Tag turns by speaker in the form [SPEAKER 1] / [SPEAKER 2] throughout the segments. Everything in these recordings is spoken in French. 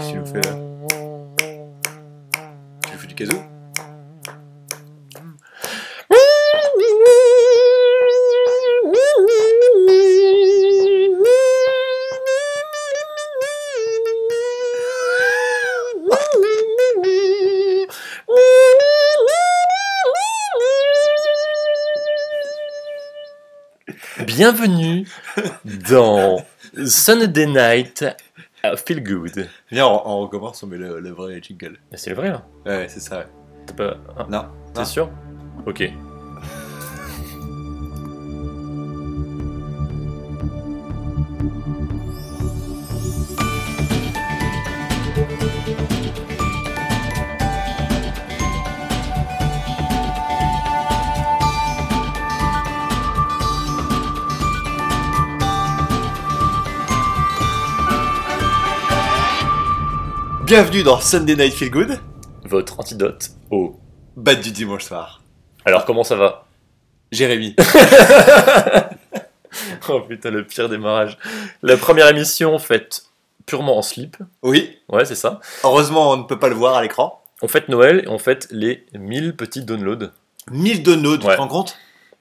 [SPEAKER 1] Si on fait là.
[SPEAKER 2] Tu fais du kazoo
[SPEAKER 1] Bienvenue dans Sunday Night à Feel Good.
[SPEAKER 2] Viens, on, on recommence, on met le, le vrai jingle.
[SPEAKER 1] C'est le vrai là
[SPEAKER 2] Ouais, c'est ça. ouais.
[SPEAKER 1] T'as pas. ah,
[SPEAKER 2] Non.
[SPEAKER 1] T'es sûr Ok.
[SPEAKER 2] Bienvenue dans Sunday Night Feel Good,
[SPEAKER 1] Votre antidote au.
[SPEAKER 2] bad du dimanche soir.
[SPEAKER 1] Alors comment ça va
[SPEAKER 2] Jérémy.
[SPEAKER 1] Oh putain, le pire démarrage. La première émission faite purement en slip.
[SPEAKER 2] oui,
[SPEAKER 1] Ouais, c'est ça.
[SPEAKER 2] heureusement, on ne peut pas le voir à l'écran.
[SPEAKER 1] On fête Noël et on fête les 1000 petits downloads.
[SPEAKER 2] 1000 downloads, tu
[SPEAKER 1] Ouais.
[SPEAKER 2] te rends compte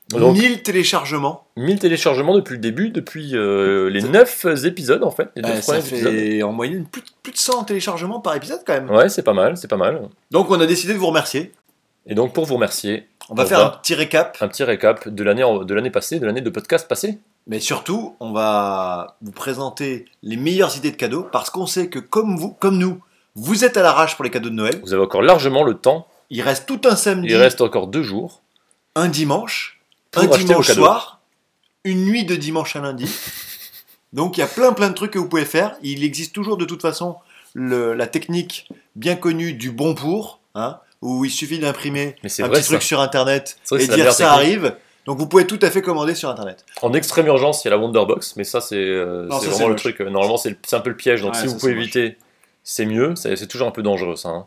[SPEAKER 1] Donc-
[SPEAKER 2] 1000 téléchargements.
[SPEAKER 1] 1000 téléchargements depuis le début, depuis euh, les 9 épisodes en fait. Les neuf
[SPEAKER 2] Euh, ça
[SPEAKER 1] premiers épisodes.
[SPEAKER 2] fait en moyenne plus, de- plus de 100 téléchargements par épisode quand même.
[SPEAKER 1] Ouais, c'est pas mal, c'est pas mal.
[SPEAKER 2] Donc on a décidé de vous remercier.
[SPEAKER 1] Et donc pour vous remercier,
[SPEAKER 2] On va
[SPEAKER 1] On
[SPEAKER 2] faire
[SPEAKER 1] va.
[SPEAKER 2] un petit récap,
[SPEAKER 1] un petit récap de l'année en- de l'année passée, de l'année de podcast passée.
[SPEAKER 2] mais surtout on va vous présenter les meilleures idées de cadeaux parce qu'on sait que comme vous, comme nous, vous êtes à l'arrache pour les cadeaux de Noël.
[SPEAKER 1] Vous avez encore largement le temps.
[SPEAKER 2] Il reste tout un samedi,
[SPEAKER 1] Il reste encore deux jours
[SPEAKER 2] un dimanche,
[SPEAKER 1] pour
[SPEAKER 2] un
[SPEAKER 1] acheter
[SPEAKER 2] dimanche
[SPEAKER 1] vos cadeaux.
[SPEAKER 2] soir, une nuit de dimanche à lundi. Donc il y a plein plein de trucs que vous pouvez faire. Il existe toujours de toute façon le- la technique bien connue du bon pour, hein, où il suffit d'imprimer
[SPEAKER 1] Mais c'est
[SPEAKER 2] un
[SPEAKER 1] vrai
[SPEAKER 2] petit
[SPEAKER 1] ça.
[SPEAKER 2] truc sur internet
[SPEAKER 1] C'est vrai
[SPEAKER 2] et
[SPEAKER 1] que
[SPEAKER 2] dire
[SPEAKER 1] c'est la meilleure
[SPEAKER 2] ça
[SPEAKER 1] technique.
[SPEAKER 2] arrive. Donc vous pouvez tout à fait commander sur internet.
[SPEAKER 1] En extrême urgence, il y a la Wonderbox, mais ça c'est euh,
[SPEAKER 2] Non,
[SPEAKER 1] c'est
[SPEAKER 2] ça, c'est
[SPEAKER 1] vraiment le
[SPEAKER 2] moche.
[SPEAKER 1] truc. euh, Normalement, c'est le- c'est un peu le piège. Donc
[SPEAKER 2] Ouais,
[SPEAKER 1] si
[SPEAKER 2] ça,
[SPEAKER 1] vous pouvez
[SPEAKER 2] c'est moche.
[SPEAKER 1] éviter, c'est mieux. C'est c'est toujours un peu dangereux ça. hein.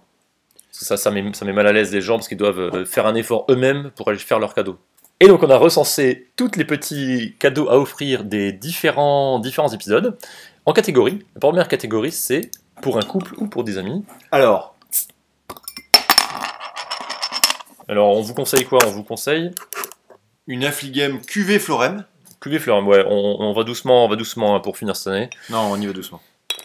[SPEAKER 1] Parce que ça, ça met, ça met mal à l'aise les gens parce qu'ils doivent euh, faire un effort eux-mêmes pour aller faire leurs cadeaux. Et donc on a recensé tous les petits cadeaux à offrir des différents, différents épisodes en catégories. La première catégorie c'est pour un couple ou pour des amis.
[SPEAKER 2] Alors,
[SPEAKER 1] Alors on vous conseille quoi On vous conseille
[SPEAKER 2] une affligame QV Florem.
[SPEAKER 1] Cuvée Fleur. Ouais, on, on va doucement, on va doucement hein, pour finir cette année.
[SPEAKER 2] Non, on y va doucement.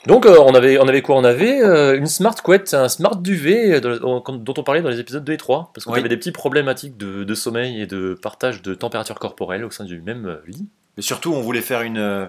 [SPEAKER 1] Donc euh, on, avait, on avait quoi On avait euh, une smart couette, un smart duvet euh, dans le- on- quand- dont on parlait dans les épisodes 2 et 3, parce qu'on
[SPEAKER 2] Oui.
[SPEAKER 1] avait des petites problématiques de, de sommeil et de partage de température corporelle au sein du même euh, lit.
[SPEAKER 2] Mais surtout, on voulait faire une. euh,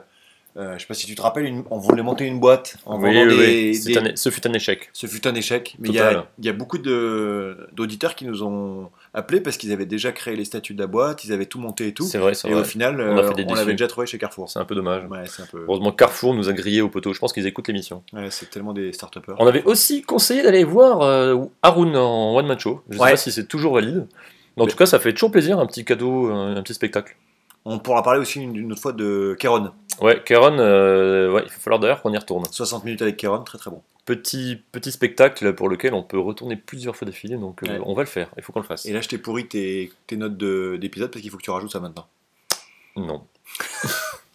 [SPEAKER 2] euh, je sais pas si tu te rappelles, une- on voulait monter une boîte en
[SPEAKER 1] Oui,
[SPEAKER 2] vendant
[SPEAKER 1] oui,
[SPEAKER 2] des-
[SPEAKER 1] oui. C'est
[SPEAKER 2] des-
[SPEAKER 1] un é- ce fut un échec.
[SPEAKER 2] Ce fut un échec, mais il y a,
[SPEAKER 1] Total.
[SPEAKER 2] il y a beaucoup de- d'auditeurs qui nous ont appelés parce qu'ils avaient déjà créé les statuts de la boîte, ils avaient tout monté et tout.
[SPEAKER 1] C'est vrai, c'est
[SPEAKER 2] Et
[SPEAKER 1] vrai.
[SPEAKER 2] au final,
[SPEAKER 1] On a
[SPEAKER 2] euh,
[SPEAKER 1] fait des
[SPEAKER 2] on, l'avait
[SPEAKER 1] déçus.
[SPEAKER 2] déjà trouvé chez Carrefour.
[SPEAKER 1] C'est un peu dommage.
[SPEAKER 2] Ouais, c'est un peu.
[SPEAKER 1] Heureusement, Carrefour nous a grillé au poteau. Je pense qu'ils écoutent l'émission.
[SPEAKER 2] ouais, c'est tellement des start upers
[SPEAKER 1] On avait aussi conseillé d'aller voir euh, Haroun en One Man Show. Je
[SPEAKER 2] Ouais.
[SPEAKER 1] sais pas si c'est toujours valide. Mais en tout cas, ça fait toujours plaisir, un petit cadeau, un un petit spectacle.
[SPEAKER 2] On pourra parler aussi une, une autre fois de Kéron.
[SPEAKER 1] Ouais, Caron, euh, ouais, il va falloir d'ailleurs qu'on y retourne.
[SPEAKER 2] 60 minutes avec Kéron, très très bon.
[SPEAKER 1] Petit, petit spectacle pour lequel on peut retourner plusieurs fois d'affilée, donc euh,
[SPEAKER 2] Ouais.
[SPEAKER 1] on va le faire, il faut qu'on le fasse.
[SPEAKER 2] Et là, je t'ai pourri tes, tes notes de- d'épisode parce qu'il faut que tu rajoutes ça maintenant.
[SPEAKER 1] Non.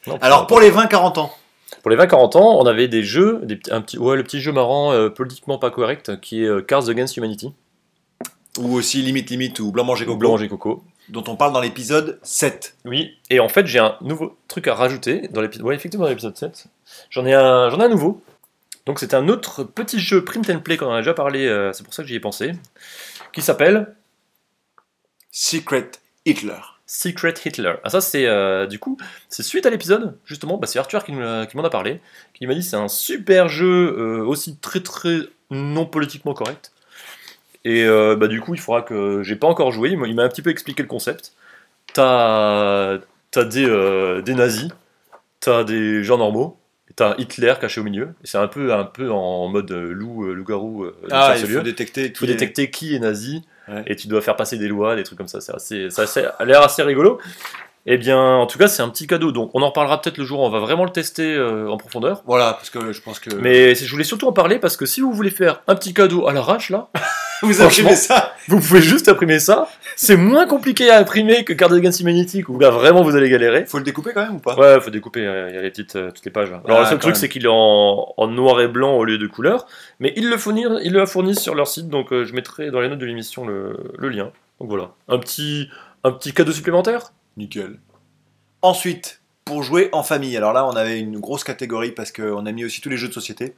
[SPEAKER 1] Non,
[SPEAKER 2] Alors, pour
[SPEAKER 1] pour...
[SPEAKER 2] les 20-40 ans,
[SPEAKER 1] pour les 20-40 ans, on avait des jeux, des, petits- un petit, ouais, le petit jeu marrant, euh, politiquement pas correct, qui est euh, Cars Against Humanity,
[SPEAKER 2] ou aussi Limite Limite ou Blanc Manger
[SPEAKER 1] ou
[SPEAKER 2] Coco,
[SPEAKER 1] Blanche et Coco.
[SPEAKER 2] dont on parle dans l'épisode 7.
[SPEAKER 1] Oui, et en fait, j'ai un nouveau truc à rajouter dans l'épisode. Ouais, effectivement, dans l'épisode 7. J'en ai, un... j'en ai un nouveau. Donc, c'est un autre petit jeu print and play qu'on en a déjà parlé, euh, c'est pour ça que j'y ai pensé, qui s'appelle
[SPEAKER 2] Secret Hitler.
[SPEAKER 1] Secret Hitler. Ah, ça, c'est euh, du coup, c'est suite à l'épisode, justement, bah, c'est Arthur qui, nous l'a- qui m'en a parlé, qui m'a dit c'est un super jeu, euh, aussi très très non politiquement correct. Et euh, bah, du coup, il faudra que. J'ai pas encore joué, il m'a il m'a un petit peu expliqué le concept. T'as as des, euh, des nazis, t'as des gens normaux, et t'as Hitler caché au milieu. Et C'est un peu, un peu en mode euh, loup, euh, loup-garou, euh,
[SPEAKER 2] Ah, il
[SPEAKER 1] chasseur-lieu.
[SPEAKER 2] faut détecter.
[SPEAKER 1] Il faut
[SPEAKER 2] qui est-
[SPEAKER 1] détecter qui est nazi
[SPEAKER 2] Ouais.
[SPEAKER 1] et tu dois faire passer des lois, des trucs comme ça. C'est assez- ça c'est- a l'air assez rigolo. Eh bien, en tout cas, c'est un petit cadeau. Donc, on en reparlera peut-être le jour où on va vraiment le tester euh, en profondeur.
[SPEAKER 2] Voilà, parce que je pense que.
[SPEAKER 1] Mais c'est- je voulais surtout en parler parce que si vous voulez faire un petit cadeau à l'arrache, là,
[SPEAKER 2] Vous
[SPEAKER 1] Franchement.
[SPEAKER 2] imprimez ça
[SPEAKER 1] Vous pouvez juste imprimer ça. C'est moins compliqué à imprimer que Card Against Humanity, où là vraiment vous allez galérer.
[SPEAKER 2] Faut le découper quand même ou pas
[SPEAKER 1] Ouais, faut découper, euh, il y a les petites, euh, toutes les pages. là. Alors
[SPEAKER 2] Ah,
[SPEAKER 1] le seul
[SPEAKER 2] quand
[SPEAKER 1] truc,
[SPEAKER 2] même.
[SPEAKER 1] c'est qu'il est en, en noir et blanc au lieu de couleur, mais ils le fournissent, ils le fournissent sur leur site, donc euh, je mettrai dans les notes de l'émission le, le lien. Donc voilà, un petit, un petit cadeau supplémentaire.
[SPEAKER 2] Nickel. Ensuite, pour jouer en famille. Alors là, on avait une grosse catégorie parce qu'on a mis aussi tous les jeux de société.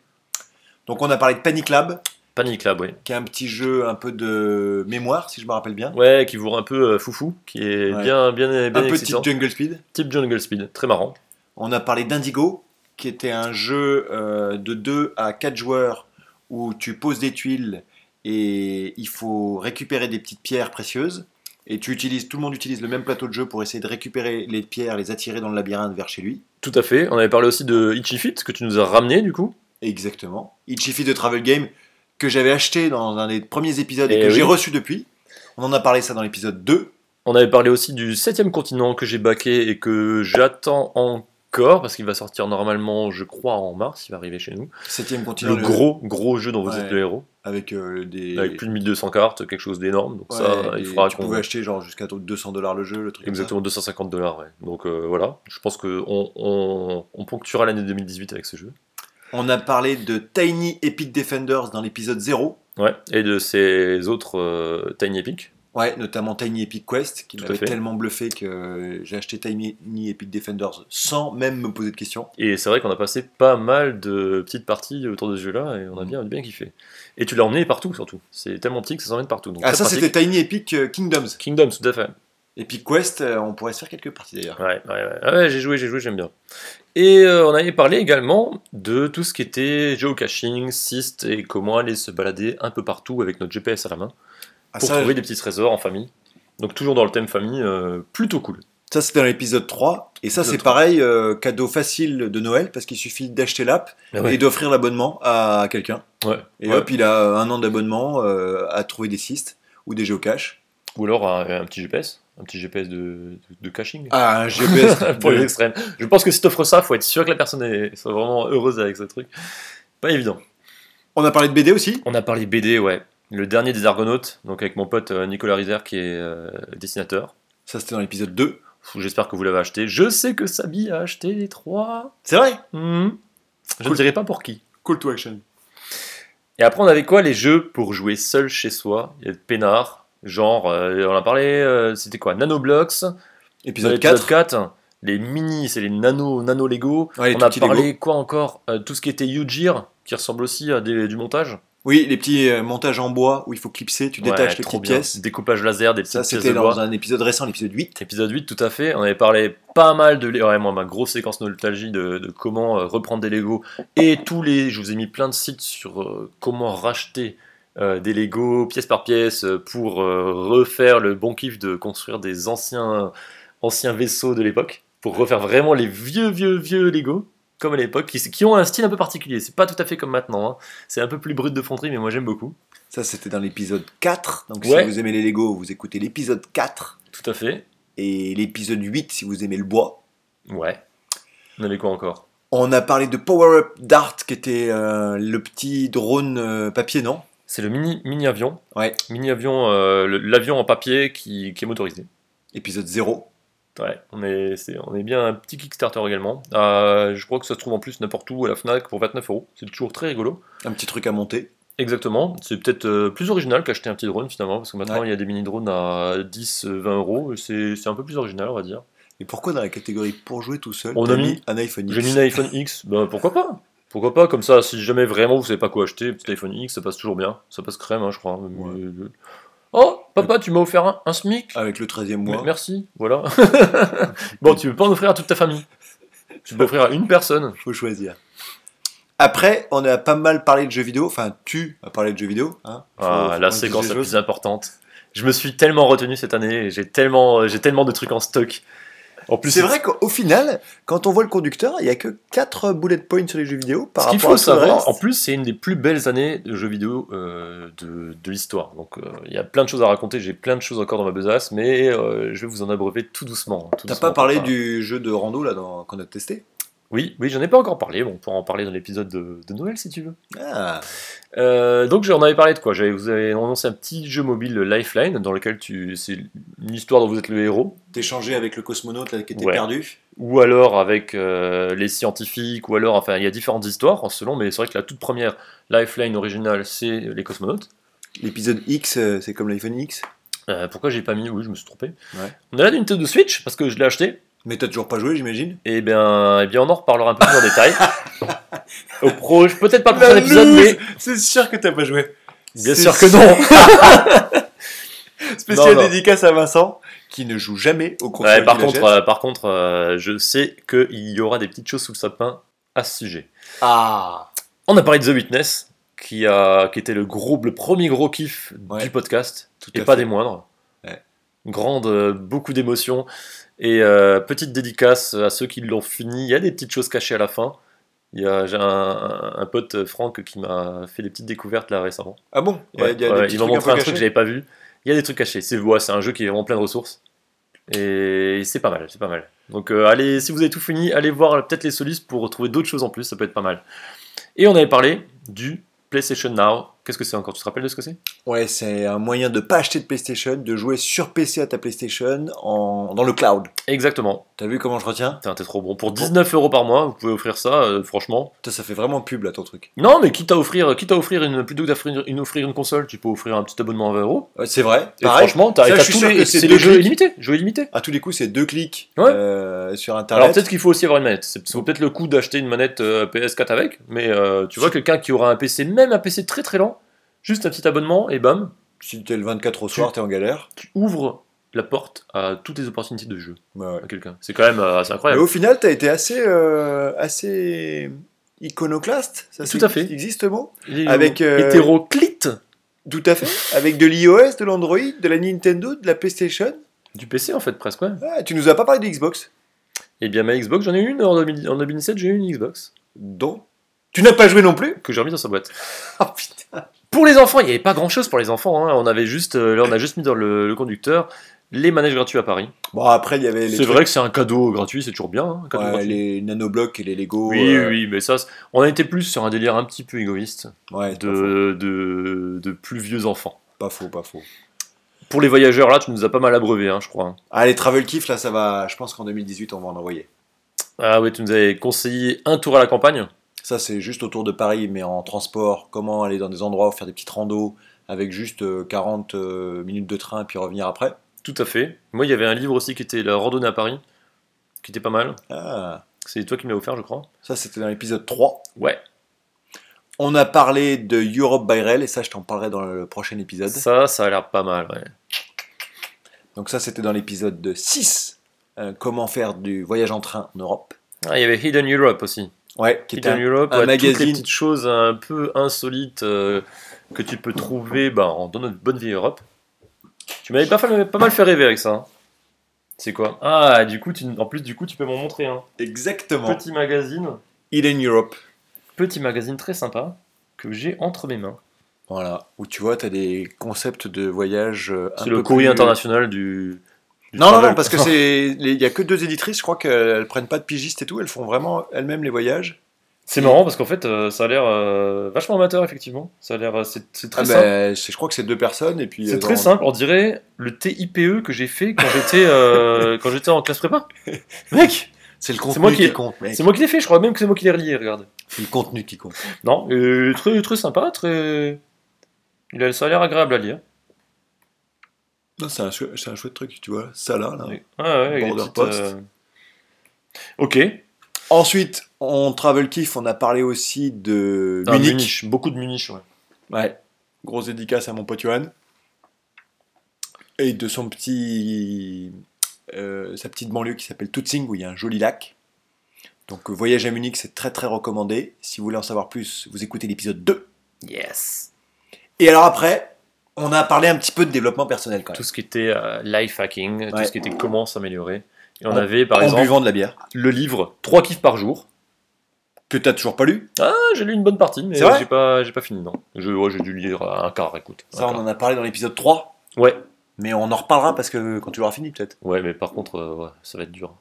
[SPEAKER 2] Donc on a parlé de Panic Lab,
[SPEAKER 1] Panic Lab, ouais.
[SPEAKER 2] qui est un petit jeu un peu de mémoire, si je me rappelle bien.
[SPEAKER 1] Ouais, qui vous rend un peu euh, foufou, qui est
[SPEAKER 2] Ouais.
[SPEAKER 1] bien, bien, bien
[SPEAKER 2] un petit
[SPEAKER 1] excitant.
[SPEAKER 2] Jungle Speed.
[SPEAKER 1] Type Jungle Speed, très marrant.
[SPEAKER 2] On a parlé d'Indigo, qui était un jeu euh, de 2 à 4 joueurs où tu poses des tuiles et il faut récupérer des petites pierres précieuses. Et tu utilises, tout le monde utilise le même plateau de jeu pour essayer de récupérer les pierres, les attirer dans le labyrinthe vers chez lui.
[SPEAKER 1] Tout à fait. On avait parlé aussi de Itchy Fit, que tu nous as ramené du coup.
[SPEAKER 2] Exactement. Ichifi de Travel Game, que j'avais acheté dans un des premiers épisodes et,
[SPEAKER 1] Eh
[SPEAKER 2] que
[SPEAKER 1] oui.
[SPEAKER 2] j'ai reçu depuis. On en a parlé ça dans l'épisode 2.
[SPEAKER 1] On avait parlé aussi du septième continent que j'ai baqué et que j'attends encore, parce qu'il va sortir normalement, je crois, en mars, il va arriver chez nous.
[SPEAKER 2] Septième continent.
[SPEAKER 1] le gros, gros jeu dont vous
[SPEAKER 2] Ouais.
[SPEAKER 1] êtes le héros,
[SPEAKER 2] Avec euh, des.
[SPEAKER 1] avec plus de 1200 cartes, quelque chose d'énorme. Donc
[SPEAKER 2] Ouais,
[SPEAKER 1] ça,
[SPEAKER 2] et
[SPEAKER 1] il faudra
[SPEAKER 2] Tu
[SPEAKER 1] qu'on.
[SPEAKER 2] pouvais acheter hein. genre jusqu'à 200 dollars le jeu, le truc. comme ça.
[SPEAKER 1] Exactement 250 dollars, ouais. Donc euh, voilà, je pense qu'on on, on ponctuera l'année 2018 avec ce jeu.
[SPEAKER 2] On a parlé de Tiny Epic Defenders dans l'épisode 0.
[SPEAKER 1] Ouais, et de ces autres euh, Tiny Epic.
[SPEAKER 2] Ouais, notamment Tiny Epic Quest, qui
[SPEAKER 1] Tout à
[SPEAKER 2] m'avait
[SPEAKER 1] fait.
[SPEAKER 2] tellement bluffé que j'ai acheté Tiny Epic Defenders sans même me poser de questions.
[SPEAKER 1] Et c'est vrai qu'on a passé pas mal de petites parties autour de ce jeu-là et on
[SPEAKER 2] Mm.
[SPEAKER 1] a bien, bien kiffé. Et tu l'as emmené partout surtout. C'est tellement petit que ça s'emmène partout. Donc,
[SPEAKER 2] Ah,
[SPEAKER 1] très
[SPEAKER 2] ça,
[SPEAKER 1] pratique.
[SPEAKER 2] c'était Tiny Epic euh, Kingdoms.
[SPEAKER 1] Kingdoms, tout à fait.
[SPEAKER 2] Epic Quest, euh, on pourrait se faire quelques parties d'ailleurs.
[SPEAKER 1] Ouais, ouais, ouais. Ah ouais, j'ai joué, j'ai joué, j'aime bien. Et euh, on avait parlé également de tout ce qui était geocaching, cyst et comment aller se balader un peu partout avec notre GPS à la main
[SPEAKER 2] Ah,
[SPEAKER 1] pour
[SPEAKER 2] ça,
[SPEAKER 1] trouver des petits trésors en famille. Donc toujours dans le thème famille, euh, plutôt cool.
[SPEAKER 2] Ça, c'était dans l'épisode 3. Et ça,
[SPEAKER 1] Épisode
[SPEAKER 2] c'est pareil, euh, cadeau facile de Noël, parce qu'il suffit d'acheter l'app et d'offrir l'abonnement à quelqu'un.
[SPEAKER 1] Ouais.
[SPEAKER 2] Et
[SPEAKER 1] Eh Ouais.
[SPEAKER 2] hop, il a euh, un an d'abonnement euh, à trouver des cystes ou des géocaches.
[SPEAKER 1] Ou alors un, un petit GPS, un petit GPS de, de- de caching.
[SPEAKER 2] Ah, un GPS.
[SPEAKER 1] pour les
[SPEAKER 2] de-
[SPEAKER 1] extrêmes. Je pense que si t'offres ça, faut être sûr que la personne est, soit vraiment heureuse avec ce truc. Pas évident.
[SPEAKER 2] On a parlé de BD aussi.
[SPEAKER 1] On a parlé BD, ouais. Le dernier des Argonautes, donc avec mon pote euh, Nicolas Rizer qui est euh, dessinateur.
[SPEAKER 2] Ça, c'était dans l'épisode 2.
[SPEAKER 1] Pff, J'espère que vous l'avez acheté. Je sais que Sabi a acheté les trois.
[SPEAKER 2] C'est vrai
[SPEAKER 1] Hmm. Je
[SPEAKER 2] Cool.
[SPEAKER 1] ne dirai pas pour qui.
[SPEAKER 2] Call to action.
[SPEAKER 1] Et après, on avait quoi les jeux pour jouer seul chez soi Il y a le Pénard, genre, euh, on en a parlé, euh, c'était quoi Nanoblocks,
[SPEAKER 2] Épisode
[SPEAKER 1] dans
[SPEAKER 2] 4.
[SPEAKER 1] l'épisode les mini, c'est les nano, nano Lego.
[SPEAKER 2] Ouais, les
[SPEAKER 1] on
[SPEAKER 2] tout
[SPEAKER 1] a
[SPEAKER 2] petits
[SPEAKER 1] parlé
[SPEAKER 2] Lego.
[SPEAKER 1] quoi encore Euh, Tout ce qui était Ujir, qui ressemble aussi à des- du montage.
[SPEAKER 2] Oui, les petits euh, montages en bois où il faut clipser, tu
[SPEAKER 1] Ouais,
[SPEAKER 2] détaches les
[SPEAKER 1] trop
[SPEAKER 2] petites
[SPEAKER 1] bien.
[SPEAKER 2] pièces.
[SPEAKER 1] Découpage laser, des petites
[SPEAKER 2] Ça,
[SPEAKER 1] pièces
[SPEAKER 2] c'était
[SPEAKER 1] de bois.
[SPEAKER 2] dans un épisode récent, l'épisode 8.
[SPEAKER 1] Épisode 8, tout à fait. On avait parlé pas mal de. Ouais, moi, ma grosse séquence nostalgie de, de comment euh, reprendre des Lego et tous les. Je vous ai mis plein de sites sur euh, comment racheter euh, des Lego pièce par pièce euh, pour euh, refaire le bon kiff de construire des anciens, anciens vaisseaux de l'époque. Pour refaire vraiment les vieux, vieux, vieux Lego comme à l'époque, qui, qui ont un style un peu particulier. C'est pas tout à fait comme maintenant. hein. C'est un peu plus brut de fonderie, mais moi j'aime beaucoup.
[SPEAKER 2] Ça, c'était dans l'épisode 4. Donc,
[SPEAKER 1] Ouais.
[SPEAKER 2] si vous aimez les Lego, vous écoutez l'épisode 4.
[SPEAKER 1] Tout à fait.
[SPEAKER 2] Et l'épisode 8, si vous aimez le bois.
[SPEAKER 1] Ouais. On avait quoi encore
[SPEAKER 2] On a parlé de Power Up Dart, qui était euh, le petit drone euh, papier, non
[SPEAKER 1] C'est le mini, mini avion.
[SPEAKER 2] Ouais.
[SPEAKER 1] Mini avion, euh, le- l'avion en papier qui, qui est motorisé.
[SPEAKER 2] Épisode 0.
[SPEAKER 1] Ouais, on est, c'est- on est bien un petit Kickstarter également. Euh, je crois que ça se trouve en plus n'importe où à la Fnac pour 29 euros. C'est toujours très rigolo.
[SPEAKER 2] Un petit truc à monter.
[SPEAKER 1] Exactement. C'est peut-être euh, plus original qu'acheter un petit drone finalement, parce que maintenant
[SPEAKER 2] Ouais.
[SPEAKER 1] il y a des mini drones à 10, euh, 20 euros. et C'est c'est un peu plus original, on va dire.
[SPEAKER 2] Et pourquoi dans la catégorie pour jouer tout seul,
[SPEAKER 1] On
[SPEAKER 2] t'as
[SPEAKER 1] a mis-
[SPEAKER 2] un iPhone X
[SPEAKER 1] J'ai mis un iPhone X. Ben, pourquoi pas Pourquoi pas Comme ça, si jamais vraiment vous savez pas quoi acheter, petit iPhone X, ça passe toujours bien. Ça passe crème, hein, je crois. Mais- Oh, papa, tu m'as offert un, un SMIC
[SPEAKER 2] Avec le 13e
[SPEAKER 1] Mais
[SPEAKER 2] mois.
[SPEAKER 1] Merci, voilà. bon, tu peux pas en offrir à toute ta famille. Tu peux offrir à une personne.
[SPEAKER 2] faut choisir. Après, on a pas mal parlé de jeux vidéo. Enfin, tu as parlé de jeux vidéo. Hein Faut-
[SPEAKER 1] Ah,
[SPEAKER 2] faut qu'on
[SPEAKER 1] la
[SPEAKER 2] dise
[SPEAKER 1] séquence
[SPEAKER 2] les
[SPEAKER 1] la
[SPEAKER 2] choses.
[SPEAKER 1] plus importante. Je me suis tellement retenu cette année, j'ai tellement, euh, j'ai tellement de trucs en stock. En plus,
[SPEAKER 2] C'est vrai qu'au final, quand on voit le conducteur, il n'y a que 4 bullet points sur les jeux vidéo par
[SPEAKER 1] Ce qu'il
[SPEAKER 2] rapport
[SPEAKER 1] faut
[SPEAKER 2] à tout le
[SPEAKER 1] savoir,
[SPEAKER 2] reste.
[SPEAKER 1] en plus, c'est une des plus belles années de jeux vidéo euh, de, de l'histoire. Donc, euh, il y a plein de choses à raconter. J'ai plein de choses encore dans ma besace, mais euh, je vais vous en abreuver tout doucement. tout
[SPEAKER 2] T'as
[SPEAKER 1] doucement
[SPEAKER 2] pas parlé
[SPEAKER 1] pour
[SPEAKER 2] du jeu de rando là dans- qu'on a testé
[SPEAKER 1] Oui, oui, j'en ai pas encore parlé. Bon, on pourra en parler dans l'épisode de, de Noël si tu veux.
[SPEAKER 2] Ah,
[SPEAKER 1] Euh, donc j'en avais parlé de quoi J'avais, Vous avez annoncé un petit jeu mobile le Lifeline dans lequel tu, c'est une histoire dont vous êtes le héros.
[SPEAKER 2] t'échanger avec le cosmonaute là, qui était
[SPEAKER 1] Ouais.
[SPEAKER 2] perdu.
[SPEAKER 1] Ou alors avec euh, les scientifiques, ou alors, enfin, il y a différentes histoires en selon, mais c'est vrai que la toute première Lifeline originale, c'est les cosmonautes.
[SPEAKER 2] L'épisode X, euh, c'est comme l'iPhone X.
[SPEAKER 1] Euh, pourquoi j'ai pas mis Oui, je me suis trompé.
[SPEAKER 2] Ouais.
[SPEAKER 1] On a là d'une Nintendo Switch parce que je l'ai acheté.
[SPEAKER 2] Mais t'as toujours pas joué, j'imagine
[SPEAKER 1] Et bien, eh bien, on en reparlera un peu plus en détail. Au pro, peut-être pas le prochain
[SPEAKER 2] La
[SPEAKER 1] épisode,
[SPEAKER 2] loose
[SPEAKER 1] mais
[SPEAKER 2] C'est sûr que t'as pas joué.
[SPEAKER 1] bien
[SPEAKER 2] C'est
[SPEAKER 1] sûr que non.
[SPEAKER 2] Spécial
[SPEAKER 1] Non, non.
[SPEAKER 2] dédicace à Vincent, qui ne joue jamais au consoles.
[SPEAKER 1] Ouais, par,
[SPEAKER 2] qu'il
[SPEAKER 1] contre,
[SPEAKER 2] achète.
[SPEAKER 1] euh, par contre, euh, je sais qu'il y aura des petites choses sous le sapin à ce sujet.
[SPEAKER 2] Ah
[SPEAKER 1] On a parlé de The Witness, qui, a, qui était le, gros, le premier gros kiff
[SPEAKER 2] Ouais.
[SPEAKER 1] du podcast,
[SPEAKER 2] Tout
[SPEAKER 1] et
[SPEAKER 2] à
[SPEAKER 1] pas
[SPEAKER 2] fait.
[SPEAKER 1] des moindres.
[SPEAKER 2] Ouais.
[SPEAKER 1] Grande, euh, beaucoup d'émotions. Et euh, petite dédicace à ceux qui l'ont fini. Il y a des petites choses cachées à la fin. Il y a, j'ai un, un- un pote, euh, Franck, qui m'a fait des petites découvertes là récemment.
[SPEAKER 2] Ah bon Il y a-
[SPEAKER 1] Ouais,
[SPEAKER 2] il y a des
[SPEAKER 1] ouais,
[SPEAKER 2] petits
[SPEAKER 1] ils m'ont
[SPEAKER 2] trucs un peu
[SPEAKER 1] montré un truc que
[SPEAKER 2] cachés
[SPEAKER 1] j'avais pas vu. Il y a des trucs cachés. C'est ouais, c'est un jeu qui est vraiment plein de ressources. Et c'est pas mal, c'est pas mal. Donc euh, allez, si vous avez tout fini, allez voir peut-être les solistes pour retrouver d'autres choses en plus, ça peut être pas mal. Et on avait parlé du PlayStation Now. Qu'est-ce que c'est encore Tu te rappelles de ce que c'est
[SPEAKER 2] Ouais, c'est un moyen de pas acheter de PlayStation, de jouer sur PC à ta PlayStation en... dans le cloud.
[SPEAKER 1] Exactement.
[SPEAKER 2] T'as vu comment je retiens
[SPEAKER 1] Putain, t'es trop bon. Pour 19 euros par mois, vous pouvez offrir ça, euh, franchement.
[SPEAKER 2] Putain, Ça fait vraiment pub là ton truc.
[SPEAKER 1] Non, mais quitte à offrir, quitte à offrir une, plutôt que d'offrir une, offrir une console, tu peux offrir un petit abonnement à 20 euros.
[SPEAKER 2] Ouais, c'est vrai.
[SPEAKER 1] Et
[SPEAKER 2] Pareil.
[SPEAKER 1] franchement, t'as,
[SPEAKER 2] Ça,
[SPEAKER 1] t'as
[SPEAKER 2] je suis
[SPEAKER 1] tous
[SPEAKER 2] sûr
[SPEAKER 1] les-
[SPEAKER 2] que c'est
[SPEAKER 1] c'est
[SPEAKER 2] deux
[SPEAKER 1] les jeux
[SPEAKER 2] clics.
[SPEAKER 1] illimités. Jeux illimités.
[SPEAKER 2] À tous les coups, c'est deux clics
[SPEAKER 1] Ouais.
[SPEAKER 2] euh, sur internet.
[SPEAKER 1] Alors peut-être qu'il faut aussi avoir une manette. C'est c'est peut-être le coup d'acheter une manette euh, PS4 avec, mais euh, tu vois, quelqu'un qui aura un PC, même un PC très très lent, juste un petit abonnement et bam,
[SPEAKER 2] Si t'es le 24 au soir,
[SPEAKER 1] Tu-
[SPEAKER 2] t'es en galère.
[SPEAKER 1] tu ouvres la porte à toutes les opportunités de jeu
[SPEAKER 2] Ouais, ouais.
[SPEAKER 1] à quelqu'un. C'est quand même euh, assez
[SPEAKER 2] Mais
[SPEAKER 1] incroyable.
[SPEAKER 2] au final, t'as été assez, euh, assez iconoclaste. Ça
[SPEAKER 1] Tout
[SPEAKER 2] c'est-
[SPEAKER 1] à fait.
[SPEAKER 2] Existe ce mot
[SPEAKER 1] Il est
[SPEAKER 2] Avec, euh,
[SPEAKER 1] hétéroclite
[SPEAKER 2] Tout à fait. Avec de l'iOS, de l'Android, de la Nintendo, de la PlayStation.
[SPEAKER 1] du PC en fait presque. Ouais.
[SPEAKER 2] Ah, tu nous as pas parlé de Xbox.
[SPEAKER 1] Et bien ma Xbox, j'en ai une en, 2000 en 2017, j'ai eu une Xbox
[SPEAKER 2] Donc Tu n'as pas joué non plus
[SPEAKER 1] que j'ai remis dans sa boîte.
[SPEAKER 2] Ah putain.
[SPEAKER 1] Pour les enfants, il n'y avait pas grand-chose pour les enfants. hein. On avait juste, euh, là, on a juste mis dans le, le conducteur les manèges gratuits à Paris.
[SPEAKER 2] Bon, après, il y avait les,
[SPEAKER 1] C'est
[SPEAKER 2] trucs-
[SPEAKER 1] vrai que c'est un cadeau gratuit, c'est toujours bien. hein, un cadeau
[SPEAKER 2] ouais,
[SPEAKER 1] gratuit.
[SPEAKER 2] les nanoblocs et les Lego.
[SPEAKER 1] Oui,
[SPEAKER 2] euh,
[SPEAKER 1] oui, mais ça, c'est- on a été plus sur un délire un petit peu égoïste
[SPEAKER 2] Ouais, c'est
[SPEAKER 1] de, de, de plus vieux enfants.
[SPEAKER 2] pas faux, pas faux.
[SPEAKER 1] Pour les voyageurs, là, tu nous as pas mal abreuvé, hein, je crois. hein.
[SPEAKER 2] Ah, les travel kiff, là, ça va. Je pense qu'en 2018, on va en envoyer.
[SPEAKER 1] Ah oui, tu nous avais conseillé un tour à la campagne.
[SPEAKER 2] Ça, c'est juste autour de Paris, mais en transport. Comment aller dans des endroits où faire des petites randos avec juste euh, 40 euh, minutes de train puis revenir après.
[SPEAKER 1] Tout à fait. Moi, il y avait un livre aussi qui était La randonnée à Paris, qui était pas mal.
[SPEAKER 2] Ah,
[SPEAKER 1] C'est toi qui me l'as offert, je crois.
[SPEAKER 2] ça, c'était dans l'épisode 3.
[SPEAKER 1] Ouais.
[SPEAKER 2] On a parlé de Europe by Rail, et ça, je t'en parlerai dans le prochain épisode.
[SPEAKER 1] Ça, ça a l'air pas mal, ouais.
[SPEAKER 2] Donc, ça, c'était dans l'épisode de 6. euh, comment faire du voyage en train en Europe.
[SPEAKER 1] Ah, il y avait Hidden Europe aussi.
[SPEAKER 2] Ouais, qui était
[SPEAKER 1] Hidden
[SPEAKER 2] un-
[SPEAKER 1] Europe,
[SPEAKER 2] un
[SPEAKER 1] ouais, toutes les
[SPEAKER 2] magazine.
[SPEAKER 1] petites choses un peu insolites euh, que tu peux trouver bah, en- dans notre bonne vieille Europe. Tu m'avais pas, fait- pas mal fait rêver avec ça. hein. C'est quoi Ah, du coup, tu, en plus, du coup, tu peux m'en montrer un.
[SPEAKER 2] Exactement.
[SPEAKER 1] Petit magazine,
[SPEAKER 2] Hidden Europe.
[SPEAKER 1] petit magazine très sympa que j'ai entre mes mains.
[SPEAKER 2] Voilà. Où tu vois, tu as des concepts de voyage. euh, un
[SPEAKER 1] C'est le
[SPEAKER 2] peu
[SPEAKER 1] courrier
[SPEAKER 2] plus-
[SPEAKER 1] international du. du
[SPEAKER 2] Non, non,
[SPEAKER 1] travel.
[SPEAKER 2] non, parce que c'est, il y a que deux éditrices, je crois qu'elles prennent pas de pigistes et tout, elles font vraiment elles-mêmes les voyages.
[SPEAKER 1] C'est marrant parce qu'en fait, euh, ça a l'air euh, vachement amateur, effectivement. Ça a l'air. euh, C'est c'est très
[SPEAKER 2] Ah
[SPEAKER 1] simple.
[SPEAKER 2] ben, c'est- je crois que c'est deux personnes et puis. euh,
[SPEAKER 1] C'est
[SPEAKER 2] elles
[SPEAKER 1] très
[SPEAKER 2] en-
[SPEAKER 1] simple, on dirait le TIPE E que j'ai fait quand j'étais euh, quand j'étais en classe prépa. Mec,
[SPEAKER 2] C'est le contenu
[SPEAKER 1] moi
[SPEAKER 2] qui...
[SPEAKER 1] qui-
[SPEAKER 2] compte, mec.
[SPEAKER 1] c'est moi qui l'ai fait, je crois même que c'est moi qui l'ai relié, regarde.
[SPEAKER 2] C'est le contenu qui compte.
[SPEAKER 1] Non, euh, très, très sympa, très. Il a, ça a l'air agréable à lire.
[SPEAKER 2] Non, c'est un, chou- c'est un chouette truc, tu vois, ça là. là.
[SPEAKER 1] Ouais, ouais, il y a des
[SPEAKER 2] Ah Border
[SPEAKER 1] petites,
[SPEAKER 2] Post.
[SPEAKER 1] euh, Ok,
[SPEAKER 2] Ensuite, on travel kiff, on a parlé aussi de
[SPEAKER 1] Ah,
[SPEAKER 2] Munich.
[SPEAKER 1] Munich, beaucoup de Munich, ouais.
[SPEAKER 2] Ouais. Grosse dédicace à mon pote Johan. Et de son petit. euh, sa petite banlieue qui s'appelle Tutzing, où il y a un joli lac. Donc, euh, voyage à Munich, c'est très très recommandé. Si vous voulez en savoir plus, vous écoutez l'épisode 2.
[SPEAKER 1] Yes.
[SPEAKER 2] Et alors après, on a parlé un petit peu de développement personnel quand même.
[SPEAKER 1] Tout ce qui était euh, life hacking, tout
[SPEAKER 2] Ouais.
[SPEAKER 1] ce qui était comment s'améliorer. Et on
[SPEAKER 2] En-
[SPEAKER 1] avait par
[SPEAKER 2] en
[SPEAKER 1] exemple
[SPEAKER 2] buvant de la bière.
[SPEAKER 1] le livre 3 kiffs par jour.
[SPEAKER 2] Que t'as toujours pas lu.
[SPEAKER 1] Ah, j'ai lu une bonne partie, mais
[SPEAKER 2] C'est vrai
[SPEAKER 1] j'ai pas, j'ai pas fini, non. Je, ouais, j'ai dû lire euh, un quart, écoute.
[SPEAKER 2] Ça, hein.
[SPEAKER 1] Un
[SPEAKER 2] on en a parlé dans l'épisode 3.
[SPEAKER 1] quart. Ouais,
[SPEAKER 2] Mais on en reparlera parce que quand tu l'auras fini, peut-être.
[SPEAKER 1] ouais, mais par contre, euh, ouais, ça va être dur.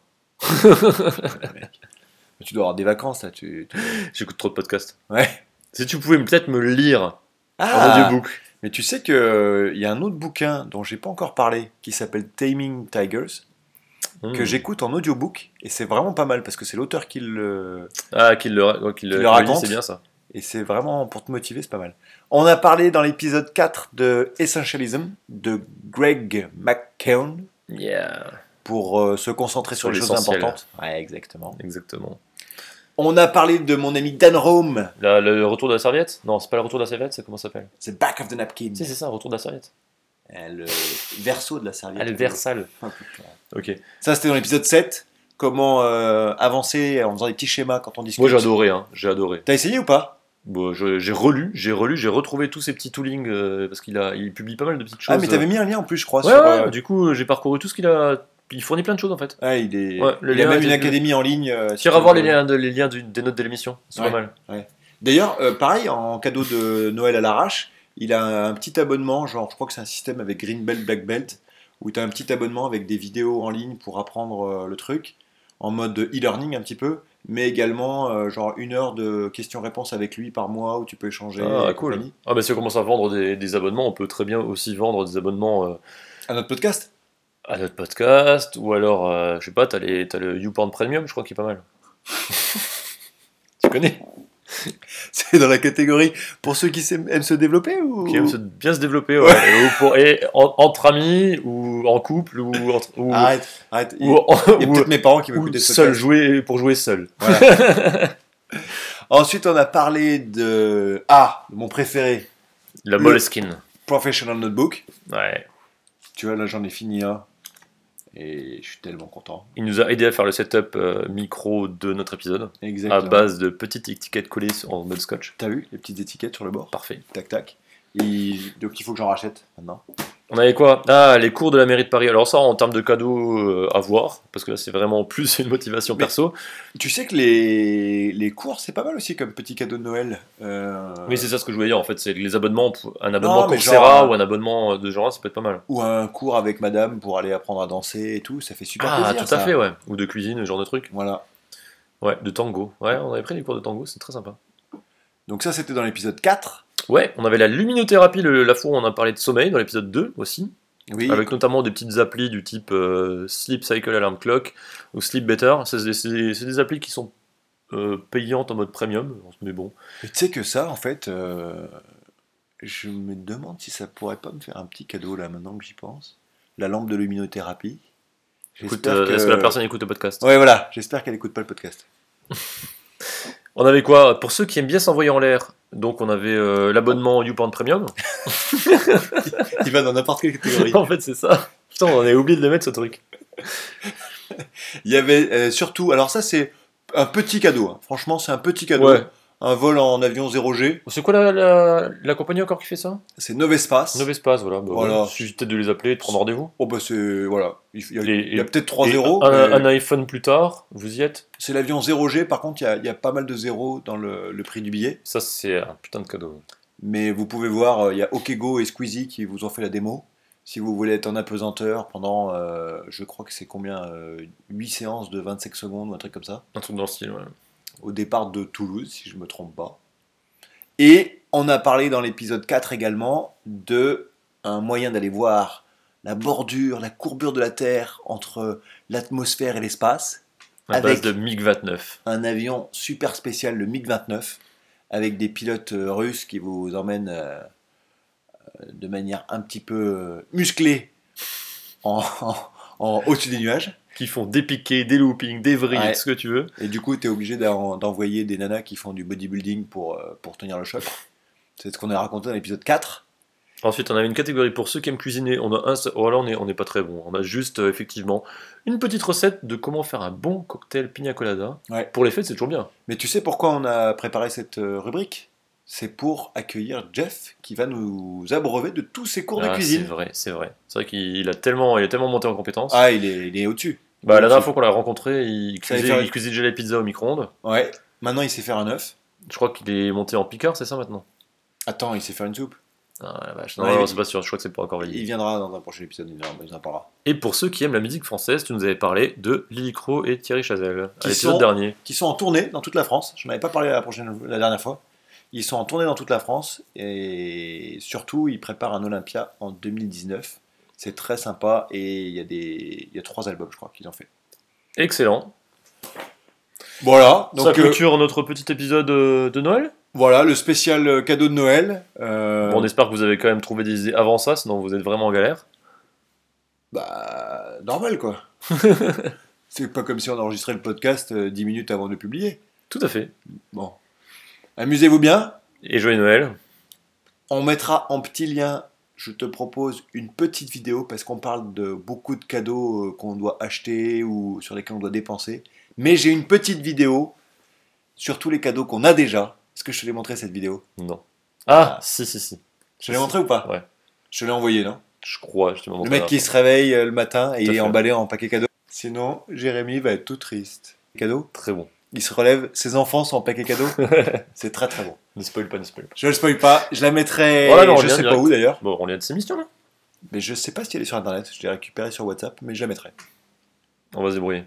[SPEAKER 2] Mais tu dois avoir des vacances là. Tu... tu-
[SPEAKER 1] J'écoute trop de podcasts.
[SPEAKER 2] Ouais. Ah
[SPEAKER 1] Si tu pouvais peut-être me lire en audiobook.
[SPEAKER 2] Mais tu sais que euh, il y a un autre bouquin dont j'ai pas encore parlé qui s'appelle Taming Tigers que
[SPEAKER 1] Hmm.
[SPEAKER 2] j'écoute en audiobook et c'est vraiment pas mal parce que c'est l'auteur qui le
[SPEAKER 1] Ah, qu'il le, ra- ouais, qu'il
[SPEAKER 2] le
[SPEAKER 1] qu'il lit,
[SPEAKER 2] raconte.
[SPEAKER 1] C'est bien ça.
[SPEAKER 2] et c'est vraiment pour te motiver, c'est pas mal. On a parlé dans l'épisode 4 de Essentialism de Greg McKeown
[SPEAKER 1] Yeah,
[SPEAKER 2] pour euh, se concentrer sur,
[SPEAKER 1] Sur
[SPEAKER 2] les choses
[SPEAKER 1] l'essentiel.
[SPEAKER 2] importantes. Ouais, exactement.
[SPEAKER 1] exactement.
[SPEAKER 2] On a parlé de mon ami Dan Rome,
[SPEAKER 1] Là, le retour de la serviette Non, c'est pas le retour de la serviette, c'est comment ça s'appelle
[SPEAKER 2] The Back of the Napkin,
[SPEAKER 1] Si, c'est ça, retour de la serviette.
[SPEAKER 2] Euh, le verso de la serviette.
[SPEAKER 1] Ah, le versal. Ok.
[SPEAKER 2] Ça, c'était dans l'épisode 7. Comment euh, avancer en faisant des petits schémas quand on discute.
[SPEAKER 1] Moi, j'ai adoré, hein. J'ai adoré.
[SPEAKER 2] T'as essayé ou pas
[SPEAKER 1] Bon, je- j'ai relu, j'ai relu, j'ai retrouvé tous ces petits toolings euh, parce qu'il a, il publie pas mal de petites choses. euh.
[SPEAKER 2] Ah, mais t'avais mis un lien en plus, je crois.
[SPEAKER 1] Ouais,
[SPEAKER 2] sur,
[SPEAKER 1] ouais,
[SPEAKER 2] euh,
[SPEAKER 1] du coup, euh, j'ai parcouru tout ce qu'il a. Il fournit plein de choses en fait.
[SPEAKER 2] ah, il est.
[SPEAKER 1] Ouais, le
[SPEAKER 2] il y a
[SPEAKER 1] lien
[SPEAKER 2] même
[SPEAKER 1] était-
[SPEAKER 2] une académie en ligne. euh, si
[SPEAKER 1] Tu
[SPEAKER 2] tu
[SPEAKER 1] iras voir
[SPEAKER 2] veux.
[SPEAKER 1] les liens, de- les liens du- des notes de l'émission, c'est
[SPEAKER 2] Ouais.
[SPEAKER 1] pas mal.
[SPEAKER 2] D'ailleurs, euh, pareil, en cadeau de Noël à l'arrache, il a un petit abonnement, genre je crois que c'est un système avec Green Belt, Black Belt, où tu as un petit abonnement avec des vidéos en ligne pour apprendre euh, le truc, en mode e-learning un petit peu, mais également euh, genre une heure de questions-réponses avec lui par mois où tu peux échanger.
[SPEAKER 1] Ah,
[SPEAKER 2] et
[SPEAKER 1] cool.
[SPEAKER 2] compagnie.
[SPEAKER 1] Ah, mais si on commence à vendre des, des abonnements, on peut très bien aussi vendre des abonnements euh,
[SPEAKER 2] À notre podcast
[SPEAKER 1] à notre podcast ou alors, euh, je sais pas, t'as, les, t'as le YouPorn Premium, je crois qu'il est pas mal. tu connais
[SPEAKER 2] C'est dans la catégorie pour ceux qui s'aiment- aiment se développer ou
[SPEAKER 1] Qui aime se- bien se développer, ouais. Et, ou pour- et en- entre amis ou en couple ou, entre, ou,
[SPEAKER 2] Arrête, arrête. Ah, Il,
[SPEAKER 1] ou,
[SPEAKER 2] il y a
[SPEAKER 1] ou-
[SPEAKER 2] peut-être mes parents qui
[SPEAKER 1] ou
[SPEAKER 2] m'écoutent ce
[SPEAKER 1] seul jouer pour jouer seul.
[SPEAKER 2] Ensuite, on a parlé de. Ah, mon préféré,
[SPEAKER 1] La
[SPEAKER 2] Le-
[SPEAKER 1] Moleskine.
[SPEAKER 2] Professional Notebook.
[SPEAKER 1] Ouais.
[SPEAKER 2] Tu vois, là j'en ai fini un. Et je suis tellement content.
[SPEAKER 1] Il nous a aidé à faire le setup euh, micro de notre épisode à
[SPEAKER 2] Exactement.
[SPEAKER 1] base de petites étiquettes collées en mode scotch.
[SPEAKER 2] T'as vu les petites étiquettes sur le bord
[SPEAKER 1] Parfait.
[SPEAKER 2] Tac tac. Et donc il faut que j'en rachète maintenant.
[SPEAKER 1] On avait quoi Ah, les cours de la mairie de Paris. Alors ça, en termes de cadeaux euh, à voir, parce que là, c'est vraiment plus une motivation
[SPEAKER 2] Mais-
[SPEAKER 1] perso.
[SPEAKER 2] Tu sais que les, les cours, c'est pas mal aussi comme petit cadeau de Noël. Euh,
[SPEAKER 1] Oui, c'est ça ce que je voulais dire. En fait, c'est les abonnements, pour- un abonnement
[SPEAKER 2] mais
[SPEAKER 1] Coursera
[SPEAKER 2] genre,
[SPEAKER 1] ou un abonnement euh, de genre, ça peut être pas mal.
[SPEAKER 2] Ou un cours avec madame pour aller apprendre à danser et tout, ça fait super
[SPEAKER 1] Ah,
[SPEAKER 2] plaisir.
[SPEAKER 1] tout à
[SPEAKER 2] ça.
[SPEAKER 1] fait, ouais. Ou de cuisine, ce genre de truc.
[SPEAKER 2] Voilà.
[SPEAKER 1] Ouais, de tango. Ouais, on avait pris des cours de tango, c'est très sympa.
[SPEAKER 2] Donc ça, c'était dans l'épisode 4.
[SPEAKER 1] Ouais, on avait la luminothérapie, le- la fois où on a parlé de sommeil dans l'épisode 2 aussi,
[SPEAKER 2] Oui.
[SPEAKER 1] avec notamment des petites applis du type euh, Sleep Cycle Alarm Clock ou Sleep Better. C'est des, c'est des- c'est des applis qui sont euh, payantes en mode premium, mais bon.
[SPEAKER 2] Mais Tu sais que ça, en fait, euh, je me demande si ça pourrait pas me faire un petit cadeau là maintenant que j'y pense. La lampe de luminothérapie.
[SPEAKER 1] Écoute,
[SPEAKER 2] J'espère
[SPEAKER 1] euh, est-ce que la personne écoute le podcast
[SPEAKER 2] Ouais, voilà, j'espère qu'elle écoute pas le podcast.
[SPEAKER 1] On avait quoi Pour ceux qui aiment bien s'envoyer en l'air, donc on avait euh, l'abonnement YouPorn Premium.
[SPEAKER 2] Il va dans n'importe quelle catégorie.
[SPEAKER 1] en fait, c'est ça. Putain, on en a oublié de le mettre ce truc.
[SPEAKER 2] Il y avait euh, surtout, alors ça c'est un petit cadeau, hein. franchement c'est un petit cadeau.
[SPEAKER 1] Ouais.
[SPEAKER 2] Un vol en avion 0G,
[SPEAKER 1] C'est quoi la, la, la compagnie encore qui fait ça
[SPEAKER 2] c'est Novespace.
[SPEAKER 1] Nov Espace, voilà. Bah,
[SPEAKER 2] Voilà.
[SPEAKER 1] voilà. Il suffit peut-être de les appeler, de prendre rendez-vous.
[SPEAKER 2] Oh bah c'est, voilà, il y a,
[SPEAKER 1] Les-
[SPEAKER 2] il y a
[SPEAKER 1] et-
[SPEAKER 2] peut-être 3
[SPEAKER 1] Et
[SPEAKER 2] zéros.
[SPEAKER 1] Un,
[SPEAKER 2] mais
[SPEAKER 1] un iPhone plus tard, vous y êtes
[SPEAKER 2] C'est l'avion 0G, par contre il y a, il y a pas mal de zéros dans le, le prix du billet.
[SPEAKER 1] Ça, c'est un putain de cadeau.
[SPEAKER 2] Mais vous pouvez voir, euh, il y a Okego et Squeezie qui vous ont fait la démo. Si vous voulez être en apesanteur pendant, euh, je crois que c'est combien, 8 séances de 25 secondes ou un truc comme ça.
[SPEAKER 1] Un truc dans le style, ouais.
[SPEAKER 2] au départ de Toulouse, si je ne me trompe pas. Et on a parlé dans l'épisode 4 également de un moyen d'aller voir la bordure, la courbure de la Terre entre l'atmosphère et l'espace.
[SPEAKER 1] À
[SPEAKER 2] Avec-
[SPEAKER 1] base de MiG-29.
[SPEAKER 2] Un avion super spécial, le MiG-29, avec des pilotes euh, russes qui vous emmènent euh, euh, de manière un petit peu euh, musclée en, en- au-dessus des nuages.
[SPEAKER 1] Qui font des piquets, des loopings, des vrilles,
[SPEAKER 2] Ouais.
[SPEAKER 1] ce que tu veux.
[SPEAKER 2] Et du coup, tu es obligé d'en- d'envoyer des nanas qui font du bodybuilding pour, euh, pour tenir le choc. C'est ce qu'on a raconté dans l'épisode 4.
[SPEAKER 1] Ensuite, on avait une catégorie pour ceux qui aiment cuisiner. On a un seul- Oh là, on n'est on est pas très bon. On a juste, euh, effectivement, une petite recette de comment faire un bon cocktail pina colada.
[SPEAKER 2] Ouais.
[SPEAKER 1] Pour les fêtes, c'est toujours bien.
[SPEAKER 2] Mais tu sais pourquoi on a préparé cette euh, rubrique C'est pour accueillir Jeff qui va nous abreuver de tous ses cours de
[SPEAKER 1] Ah, c'est
[SPEAKER 2] cuisine.
[SPEAKER 1] vrai, c'est vrai. C'est vrai qu'il il a, tellement, il a tellement monté en compétence.
[SPEAKER 2] Ah, il est, il est au-dessus.
[SPEAKER 1] bah, la dernière fois qu'on l'a rencontré, il
[SPEAKER 2] Ça allait
[SPEAKER 1] cuisine,
[SPEAKER 2] faire-
[SPEAKER 1] il cuisine déjà les pizzas au micro-ondes.
[SPEAKER 2] Ouais. Maintenant, il sait faire un œuf.
[SPEAKER 1] Je crois qu'il est monté en piqueur, c'est ça maintenant
[SPEAKER 2] Attends, il sait faire une soupe.
[SPEAKER 1] Ah, la vache. Non,
[SPEAKER 2] Ouais,
[SPEAKER 1] non,
[SPEAKER 2] il-
[SPEAKER 1] c'est pas sûr, je crois que c'est pas encore validé.
[SPEAKER 2] Il viendra dans un prochain épisode, il viendra- il en parlera.
[SPEAKER 1] Et pour ceux qui aiment la musique française, tu nous avais parlé de Lily Crow et Thierry Chazelle, à
[SPEAKER 2] Qui
[SPEAKER 1] l'épisode
[SPEAKER 2] sont-
[SPEAKER 1] dernier.
[SPEAKER 2] qui sont en tournée dans toute la France. Je n'en avais pas parlé la, prochaine, la dernière fois. Ils sont en tournée dans toute la France et surtout, ils préparent un Olympia en 2019. C'est très sympa et il y, a des, il y a trois albums, je crois, qu'ils ont fait.
[SPEAKER 1] Excellent.
[SPEAKER 2] Voilà,
[SPEAKER 1] ça
[SPEAKER 2] donc euh,
[SPEAKER 1] clôture notre petit épisode euh, de Noël.
[SPEAKER 2] voilà le spécial euh, cadeau de Noël. Euh,
[SPEAKER 1] Bon, on espère que vous avez quand même trouvé des idées avant ça, sinon vous êtes vraiment en galère.
[SPEAKER 2] Bah, normal quoi. C'est pas comme si on enregistrait le podcast euh, 10 minutes avant de le publier.
[SPEAKER 1] Tout à fait.
[SPEAKER 2] Bon. Amusez-vous bien.
[SPEAKER 1] Et joyeux Noël.
[SPEAKER 2] On mettra en petit lien, je te propose une petite vidéo parce qu'on parle de beaucoup de cadeaux euh, qu'on doit acheter ou sur lesquels on doit dépenser. Mais j'ai une petite vidéo sur tous les cadeaux qu'on a déjà. Est-ce que je te l'ai montré cette vidéo
[SPEAKER 1] Non. Ah, si, si, si.
[SPEAKER 2] Je te l'ai montré ou pas
[SPEAKER 1] Ouais.
[SPEAKER 2] Je te l'ai envoyé, non
[SPEAKER 1] Je crois, je te montre.
[SPEAKER 2] Le mec qui se réveille euh, le matin et
[SPEAKER 1] Tout à
[SPEAKER 2] il est
[SPEAKER 1] fait.
[SPEAKER 2] emballé en paquet cadeau. Sinon, Jérémy va être tout triste. Cadeau
[SPEAKER 1] Très bon.
[SPEAKER 2] Il se relève, ses enfants sont en paquet cadeau. C'est très très bon.
[SPEAKER 1] Ne spoil pas, ne spoil pas.
[SPEAKER 2] Je le spoil pas, je la mettrai.
[SPEAKER 1] Voilà, non, on
[SPEAKER 2] je
[SPEAKER 1] vient
[SPEAKER 2] sais pas
[SPEAKER 1] direct.
[SPEAKER 2] où d'ailleurs.
[SPEAKER 1] Bon, on est de ces missions là.
[SPEAKER 2] Mais je sais pas si elle est sur internet, je l'ai récupérée sur WhatsApp, mais je la mettrai.
[SPEAKER 1] On va se débrouiller.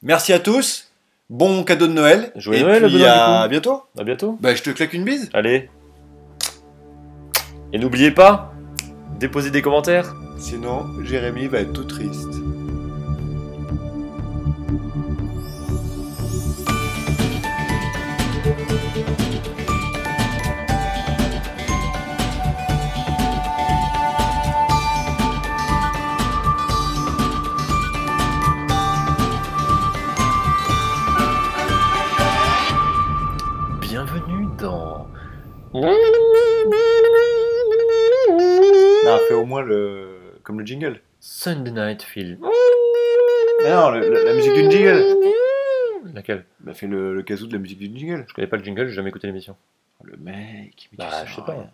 [SPEAKER 2] Merci à tous, bon cadeau de Noël,
[SPEAKER 1] Joyeux
[SPEAKER 2] et
[SPEAKER 1] Noël,
[SPEAKER 2] puis
[SPEAKER 1] Benoît, du
[SPEAKER 2] à
[SPEAKER 1] coup.
[SPEAKER 2] bientôt.
[SPEAKER 1] À bientôt.
[SPEAKER 2] Bah je te claque une bise.
[SPEAKER 1] Allez. Et n'oubliez pas, déposez des commentaires.
[SPEAKER 2] Sinon, Jérémy va être tout triste.
[SPEAKER 1] Bienvenue dans.
[SPEAKER 2] Non, Bah, fais au moins le... comme le jingle.
[SPEAKER 1] Sunday Night Film.
[SPEAKER 2] Mais non, le- le- la musique d'une jingle.
[SPEAKER 1] Laquelle
[SPEAKER 2] Bah fais le, le casou de la musique du jingle.
[SPEAKER 1] Je connais pas le jingle, j'ai jamais écouté l'émission.
[SPEAKER 2] Le mec, mais tu
[SPEAKER 1] Bah,
[SPEAKER 2] sers
[SPEAKER 1] je sais
[SPEAKER 2] à
[SPEAKER 1] pas.
[SPEAKER 2] rien.